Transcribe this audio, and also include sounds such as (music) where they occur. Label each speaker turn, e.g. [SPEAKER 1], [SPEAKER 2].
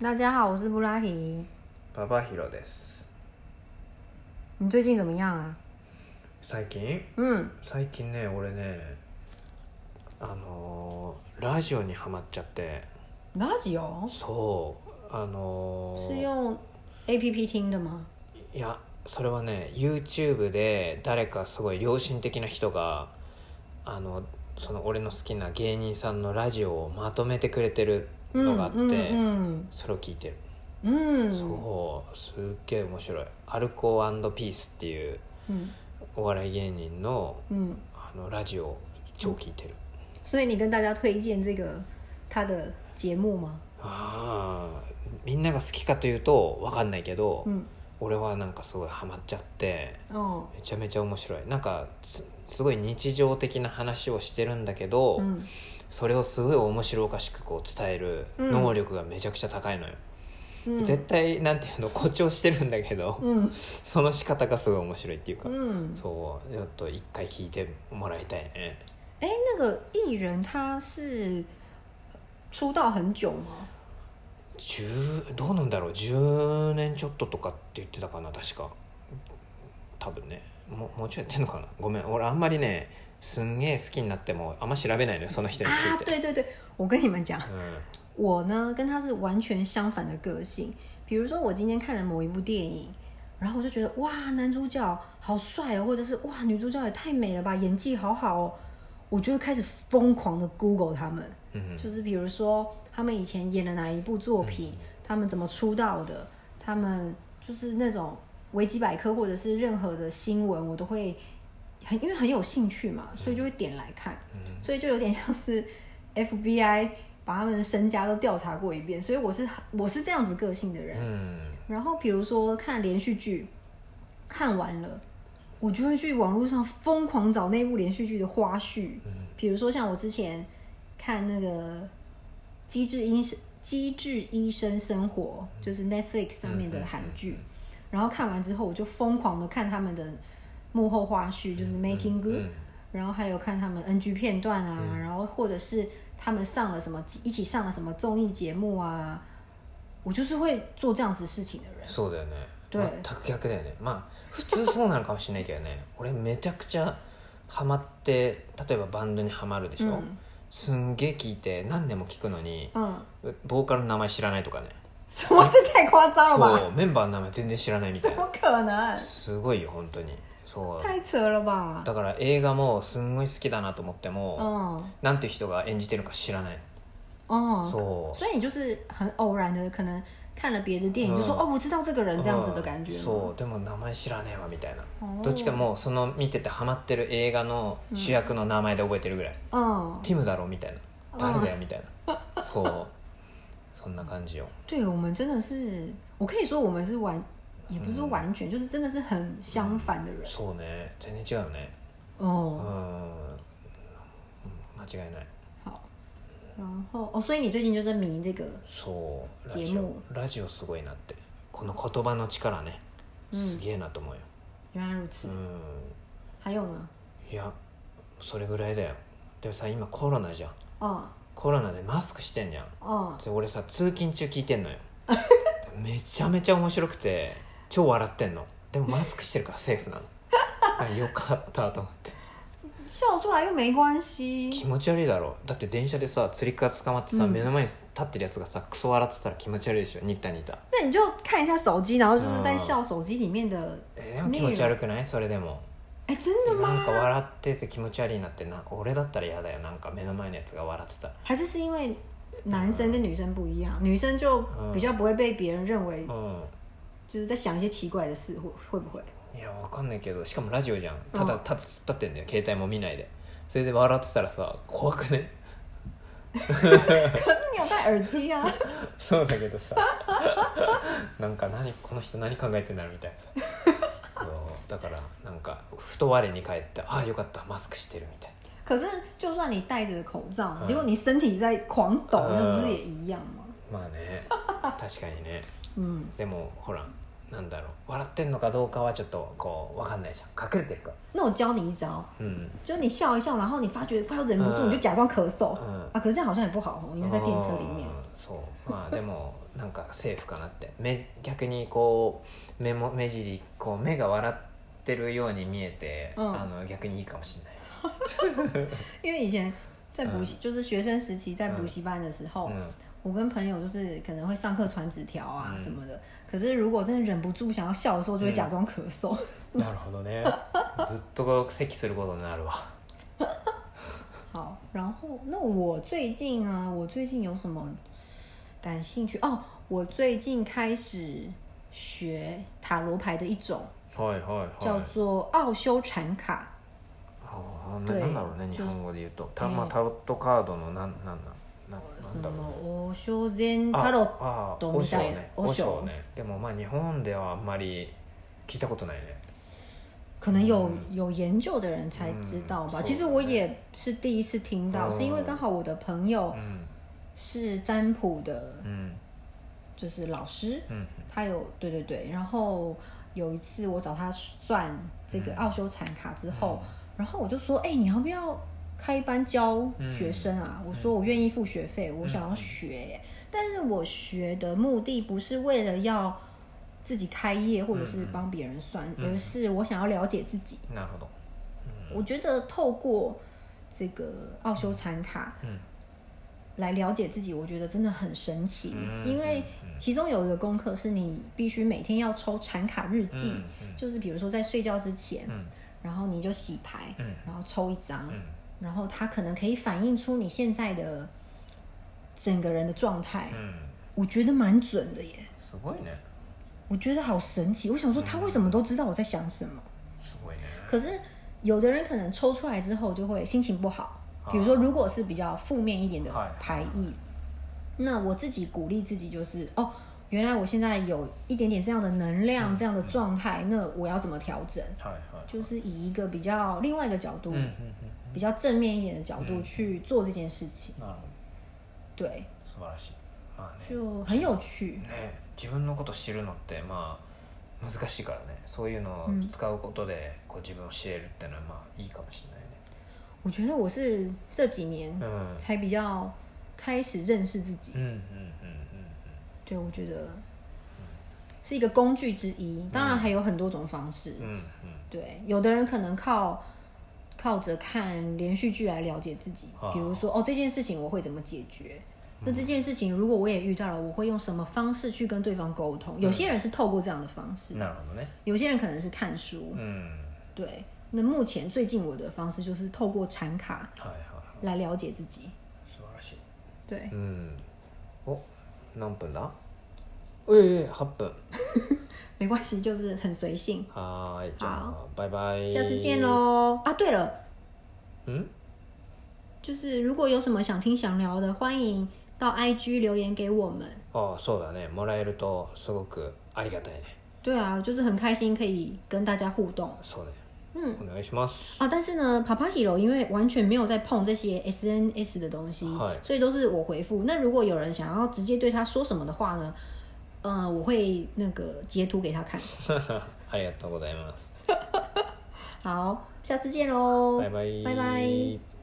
[SPEAKER 1] 大家好，我是布拉提。
[SPEAKER 2] ババヒロです
[SPEAKER 1] 你最近怎么样啊？
[SPEAKER 2] 最近
[SPEAKER 1] 嗯，
[SPEAKER 2] 最近ね俺ねあのーラジオにハマっちゃって
[SPEAKER 1] ラジオ
[SPEAKER 2] そうあのー
[SPEAKER 1] 是用 A P P 听的吗？
[SPEAKER 2] いやそれはね YouTube で誰かすごい良心的な人があのその俺の好きな芸人さんのラジオをまとめてくれてる
[SPEAKER 1] 嗯
[SPEAKER 2] のがあって、
[SPEAKER 1] うん
[SPEAKER 2] それを聞いてる、
[SPEAKER 1] うんうん
[SPEAKER 2] そうすっげえ面白いアルコーピースっていう
[SPEAKER 1] 嗯
[SPEAKER 2] お笑い芸人の
[SPEAKER 1] 嗯，
[SPEAKER 2] あのラジオ超聞いてる、
[SPEAKER 1] 所以你跟大家推荐这个他的节目吗？
[SPEAKER 2] ああみんなが好きかというと分かんないけど、
[SPEAKER 1] 嗯
[SPEAKER 2] 俺はなんかすごいハマっちゃって
[SPEAKER 1] 哦
[SPEAKER 2] めちゃめちゃ面白いなんかすすごい日常的な話をしてるんだけど、
[SPEAKER 1] 嗯
[SPEAKER 2] それをすごい面白おかしくこう伝える
[SPEAKER 1] うん
[SPEAKER 2] 能力がめちゃくちゃ高いのよ、
[SPEAKER 1] 嗯
[SPEAKER 2] 絶対なんていうの誇張してるんだけど、
[SPEAKER 1] 嗯
[SPEAKER 2] その仕方がすごい面白いっていうか、
[SPEAKER 1] 嗯，
[SPEAKER 2] そうちょっと一回聞いてもらいたいね
[SPEAKER 1] 哎、那个艺人他是出道很久吗？
[SPEAKER 2] 10どうなんだろう10年ちょっととかって言ってたかな確か多分ねもうもうちょいやってんのかなごめん俺あんまりねすんげえ好きになってもあんま調べないのよその人につ
[SPEAKER 1] 啊
[SPEAKER 2] い，て、
[SPEAKER 1] 对对对，我跟你们讲，我呢跟他是完全相反的个性。比如说，我今天看了某一部电影，然后我就觉得哇，男主角好帅哦，或者是哇，女主角也太美了吧，演技好好哦，我就会开始疯狂的 Google 他们，
[SPEAKER 2] うんうん
[SPEAKER 1] 就是比如说他们以前演了哪一部作品，他们怎么出道的，他们就是那种维基百科或者是任何的新闻，我都会很因为很有兴趣嘛，所以就会点来看。
[SPEAKER 2] うん
[SPEAKER 1] 所以就有点像是 (laughs) FBI 把他们的身家都调查过一遍，所以我是我是这样子个性的人。
[SPEAKER 2] うん
[SPEAKER 1] 然后比如说看连续剧，看完了，我就会去网络上疯狂找那部连续剧的花絮，
[SPEAKER 2] うん
[SPEAKER 1] 比如说像我之前看那个《机智医生机智医生生活》，就是 Netflix 上
[SPEAKER 2] 嗯
[SPEAKER 1] 面的韩剧，然后看完之后我就疯狂的看他们的幕后花絮，就是 Making Good，、
[SPEAKER 2] 嗯
[SPEAKER 1] 然后还有看他们 NG 片段啊，然后或者是他们上了什么一起上了什么综艺节目啊，我就是会做这样子事情的人。
[SPEAKER 2] そうだよね
[SPEAKER 1] どれ
[SPEAKER 2] 全く逆だよねまあ普通そうなのかもしれないけどね俺めちゃくちゃハマって例えばバンドにハマるでしょ、
[SPEAKER 1] 嗯
[SPEAKER 2] すんげえ聞いて何年も聞くのに
[SPEAKER 1] 嗯，
[SPEAKER 2] ボーカルの名前知らないとかね
[SPEAKER 1] 什么这太夸张了
[SPEAKER 2] そ
[SPEAKER 1] 吧？
[SPEAKER 2] うメンバーの名前全然知らないみた
[SPEAKER 1] 怎
[SPEAKER 2] い
[SPEAKER 1] 么
[SPEAKER 2] な
[SPEAKER 1] 可能？
[SPEAKER 2] すごいよ本当にそう
[SPEAKER 1] 太扯了吧？
[SPEAKER 2] だから映画もすんごい好きだなと思っても、
[SPEAKER 1] 嗯。
[SPEAKER 2] なんて人が演じてるか知らない
[SPEAKER 1] 哦，
[SPEAKER 2] そう
[SPEAKER 1] 所以你就是很偶然的，可能看了别的电影，就说、
[SPEAKER 2] 嗯
[SPEAKER 1] 哦，我知道这个人这样子的感觉
[SPEAKER 2] うん
[SPEAKER 1] 吗。
[SPEAKER 2] そうでも名前知らねえわみたいな、
[SPEAKER 1] 哦
[SPEAKER 2] どっちかもうその見ててハマってる映画の主役の名前で覚えてるぐらい、
[SPEAKER 1] 嗯，
[SPEAKER 2] ティムだろみたいな誰だよみたいなそうそんな感じよ
[SPEAKER 1] 对我们真的是，我可以说我们是完，也不是说完全，就是真的是很相反的人。
[SPEAKER 2] そうね全然違うよねうん
[SPEAKER 1] 哦，
[SPEAKER 2] 間違いない
[SPEAKER 1] 好，然后哦，所以你最近就是迷这个，
[SPEAKER 2] そうラ
[SPEAKER 1] 節
[SPEAKER 2] ジ
[SPEAKER 1] 目
[SPEAKER 2] オラジオすごいなってこの言葉の力ね
[SPEAKER 1] うん
[SPEAKER 2] すげえなと思うよ
[SPEAKER 1] 原来如此。
[SPEAKER 2] うん、
[SPEAKER 1] 还有呢？
[SPEAKER 2] いやそれぐらいだよでもさ今コロナじゃん
[SPEAKER 1] 哦
[SPEAKER 2] コロナでマスクしてんじゃん
[SPEAKER 1] 哦，
[SPEAKER 2] で俺さ通勤中聞い
[SPEAKER 1] (laughs)
[SPEAKER 2] てんのよめちゃめちゃ面白くて超笑ってんのでもマスクしてるからセーフなのあよかったと思って
[SPEAKER 1] 笑出来又没关系。
[SPEAKER 2] 気持ち悪いだろだって電車でさ釣り革捕まってさ、
[SPEAKER 1] うん
[SPEAKER 2] 目の前に立ってるやつがさクソ笑ってたら気持ち悪いでしょニタニタ
[SPEAKER 1] 那你就看一下手机，然后就是在笑手机里面的。
[SPEAKER 2] えーでも気持ち悪くないそれでも
[SPEAKER 1] 哎、真的
[SPEAKER 2] なん
[SPEAKER 1] 吗
[SPEAKER 2] か？笑ってて気持ち悪いなってな俺だったら嫌だよなんか目の前のやつが笑ってたら
[SPEAKER 1] 还是是因为男生跟女生不一样，女生就比较不会被别人认为
[SPEAKER 2] う
[SPEAKER 1] 就是在想一些奇怪的事，会会不会？
[SPEAKER 2] んいやわかんないけどしかもラジオじゃんた
[SPEAKER 1] う
[SPEAKER 2] だ
[SPEAKER 1] ん
[SPEAKER 2] ただ突っ立ってんだよ携帯も見ないでそれで笑ってたらさ怖くね (laughs)
[SPEAKER 1] 可是你有戴耳机啊，
[SPEAKER 2] そうだけどさ (laughs) なんか何この人何考えてんだろうみたいなさそうだからなんかふと我に返ってああよかったマスクしてるみたい
[SPEAKER 1] (laughs) 可是就算你戴着口罩，
[SPEAKER 2] 嗯
[SPEAKER 1] 结果你身体在狂抖，
[SPEAKER 2] 嗯
[SPEAKER 1] 那不是也一样吗？
[SPEAKER 2] なまあね確かにね
[SPEAKER 1] 嗯，
[SPEAKER 2] でもほらなんだろう笑ってんのかどうかはちょっとこうわかんないじゃん隠れてるから
[SPEAKER 1] 那我教你一招，
[SPEAKER 2] うん
[SPEAKER 1] 就是你笑一笑，然后你发觉快要忍不住，
[SPEAKER 2] 嗯
[SPEAKER 1] 你就假装咳嗽
[SPEAKER 2] 嗯
[SPEAKER 1] 啊。可是这样好像也不好哦，因为在电车里面
[SPEAKER 2] うんそうまあでもなんかセーフか
[SPEAKER 1] (laughs)
[SPEAKER 2] なって目逆にこう目も目尻こう目が笑ってるように見えて、
[SPEAKER 1] うん
[SPEAKER 2] あの逆にいいかもしれない、
[SPEAKER 1] 因为以前在补习，
[SPEAKER 2] 嗯
[SPEAKER 1] 就是学生时期在补习班的时候，
[SPEAKER 2] うん
[SPEAKER 1] 我跟朋友就是可能会上课传纸条啊
[SPEAKER 2] 嗯
[SPEAKER 1] 什么的。可是如果真的忍不住想要笑的时候，就会
[SPEAKER 2] 嗯
[SPEAKER 1] 假装咳嗽。
[SPEAKER 2] なるほどね (laughs) ずっと咳することになるわ
[SPEAKER 1] 好，然后那我最近啊，我最近有什么感兴趣？哦，我最近开始学塔罗牌的一种，
[SPEAKER 2] はいはい
[SPEAKER 1] 叫
[SPEAKER 2] はい
[SPEAKER 1] 做奥修禅卡。
[SPEAKER 2] あな
[SPEAKER 1] 对
[SPEAKER 2] なんだろうね
[SPEAKER 1] 就是
[SPEAKER 2] 日本語で言うとた
[SPEAKER 1] え
[SPEAKER 2] ま
[SPEAKER 1] ー
[SPEAKER 2] タロットカードのなんなんなんななん
[SPEAKER 1] 什
[SPEAKER 2] だろうね
[SPEAKER 1] 么欧修禅
[SPEAKER 2] あ
[SPEAKER 1] 塔罗？
[SPEAKER 2] あ
[SPEAKER 1] ど
[SPEAKER 2] 和
[SPEAKER 1] みた
[SPEAKER 2] 尚
[SPEAKER 1] いな
[SPEAKER 2] ね
[SPEAKER 1] 和
[SPEAKER 2] 和
[SPEAKER 1] 尚
[SPEAKER 2] 尚ねでもまあ日本ではあんまり聞いたことないね
[SPEAKER 1] 可能有、
[SPEAKER 2] 嗯
[SPEAKER 1] 有研究的人才知道吧。
[SPEAKER 2] 嗯
[SPEAKER 1] 其实
[SPEAKER 2] そ
[SPEAKER 1] 我
[SPEAKER 2] うだね
[SPEAKER 1] 也是第一次听到，
[SPEAKER 2] 嗯
[SPEAKER 1] 是因为刚好我的朋友
[SPEAKER 2] うん
[SPEAKER 1] 是占卜的，
[SPEAKER 2] うん
[SPEAKER 1] 就是老师，
[SPEAKER 2] うん
[SPEAKER 1] 他有对对对。然后有一次我找他算这
[SPEAKER 2] 嗯
[SPEAKER 1] 个奥修禅卡之后，然后我就说：“哎、你要不要开班教
[SPEAKER 2] 嗯
[SPEAKER 1] 学生啊？”我说：“我愿意付学费，我想要学耶。但是我学的目的不是为了要自己开业或者是帮别人算，
[SPEAKER 2] 嗯
[SPEAKER 1] 而是我想要了解自己。
[SPEAKER 2] なるほど
[SPEAKER 1] 我觉得透过这个奥修禅卡
[SPEAKER 2] うん
[SPEAKER 1] 来了解自己，我觉得真的很神奇。
[SPEAKER 2] 嗯
[SPEAKER 1] 因为
[SPEAKER 2] 嗯
[SPEAKER 1] 其中有一个功课是你必须每天要抽禅卡日记，
[SPEAKER 2] 嗯嗯
[SPEAKER 1] 就是比如说在睡觉之前，
[SPEAKER 2] うん
[SPEAKER 1] 然后你就洗牌，
[SPEAKER 2] 嗯
[SPEAKER 1] 然后抽一张，
[SPEAKER 2] うん
[SPEAKER 1] 然后它可能可以反映出你现在的整个人的状态。
[SPEAKER 2] うん
[SPEAKER 1] 我觉得蛮准的耶，
[SPEAKER 2] すごいね
[SPEAKER 1] 我觉得好神奇。我想说，他为什么都知道我在想什么？
[SPEAKER 2] すごいね
[SPEAKER 1] 可是有的人可能抽出来之后就会心情不好，
[SPEAKER 2] 啊
[SPEAKER 1] 比如说如果是比较负面一点的
[SPEAKER 2] 嗨
[SPEAKER 1] 牌意，那我自己鼓励自己就是哦，原来我现在有一点点这样的能量、
[SPEAKER 2] 嗯
[SPEAKER 1] 这样的状态，那我要怎么调整？
[SPEAKER 2] はいはい
[SPEAKER 1] 就是以一个比较另外一个角度、
[SPEAKER 2] うんうんうん
[SPEAKER 1] 比较正面一点的角度
[SPEAKER 2] 嗯
[SPEAKER 1] 去做这件事情，
[SPEAKER 2] なるほ
[SPEAKER 1] 对，
[SPEAKER 2] ど素晴らしいまあね
[SPEAKER 1] 就很有趣。
[SPEAKER 2] ね自分のこと知るのってまあ難しいからねそういうのを
[SPEAKER 1] うん
[SPEAKER 2] 使うことでこう自分を知れるっていうのはまあいいかもしれ
[SPEAKER 1] 我觉得我是这几年
[SPEAKER 2] ないね
[SPEAKER 1] 才比较开始认识自己
[SPEAKER 2] うん、うんうんうん
[SPEAKER 1] 对，我觉得是一个工具之一，当然还有很多种方式。
[SPEAKER 2] うんうんうん
[SPEAKER 1] 对，有的人可能靠靠着看连续剧来了解自己，
[SPEAKER 2] 啊
[SPEAKER 1] 比如说哦这件事情我会怎么解决，那这件事情如果我也遇到了，我会用什么方式去跟对方沟通？有些人是透过这样的方式，
[SPEAKER 2] なるほどね
[SPEAKER 1] 有些人可能是看书
[SPEAKER 2] う。ん
[SPEAKER 1] 对，那目前最近我的方式就是透过禅卡
[SPEAKER 2] はいはいはい
[SPEAKER 1] 来了解自己。
[SPEAKER 2] 素晴らしい
[SPEAKER 1] 对
[SPEAKER 2] う，んお何分だええ8分
[SPEAKER 1] 没关系，就是很随性。
[SPEAKER 2] はーいじゃあバイバイ
[SPEAKER 1] 下次见喽！啊，对了。
[SPEAKER 2] うん
[SPEAKER 1] 就是如果有什么想听想聊的，欢迎到 IG 留言给我们。
[SPEAKER 2] ああそうだねもらえるとすごくありがたいね
[SPEAKER 1] 对啊，就是很开心可以跟大家互动。
[SPEAKER 2] そうね
[SPEAKER 1] 嗯
[SPEAKER 2] お願いします (laughs)
[SPEAKER 1] 啊，但是呢，Papa Hero 因为完全没有在碰这些 SNS 的东西
[SPEAKER 2] 嗨，
[SPEAKER 1] 所以都是我回复。那如果有人想要直接对他说什么的话呢，呃，我会那个截图给他看。
[SPEAKER 2] ありがとうございます
[SPEAKER 1] 好，下次见喽，
[SPEAKER 2] バイバイ
[SPEAKER 1] 拜拜。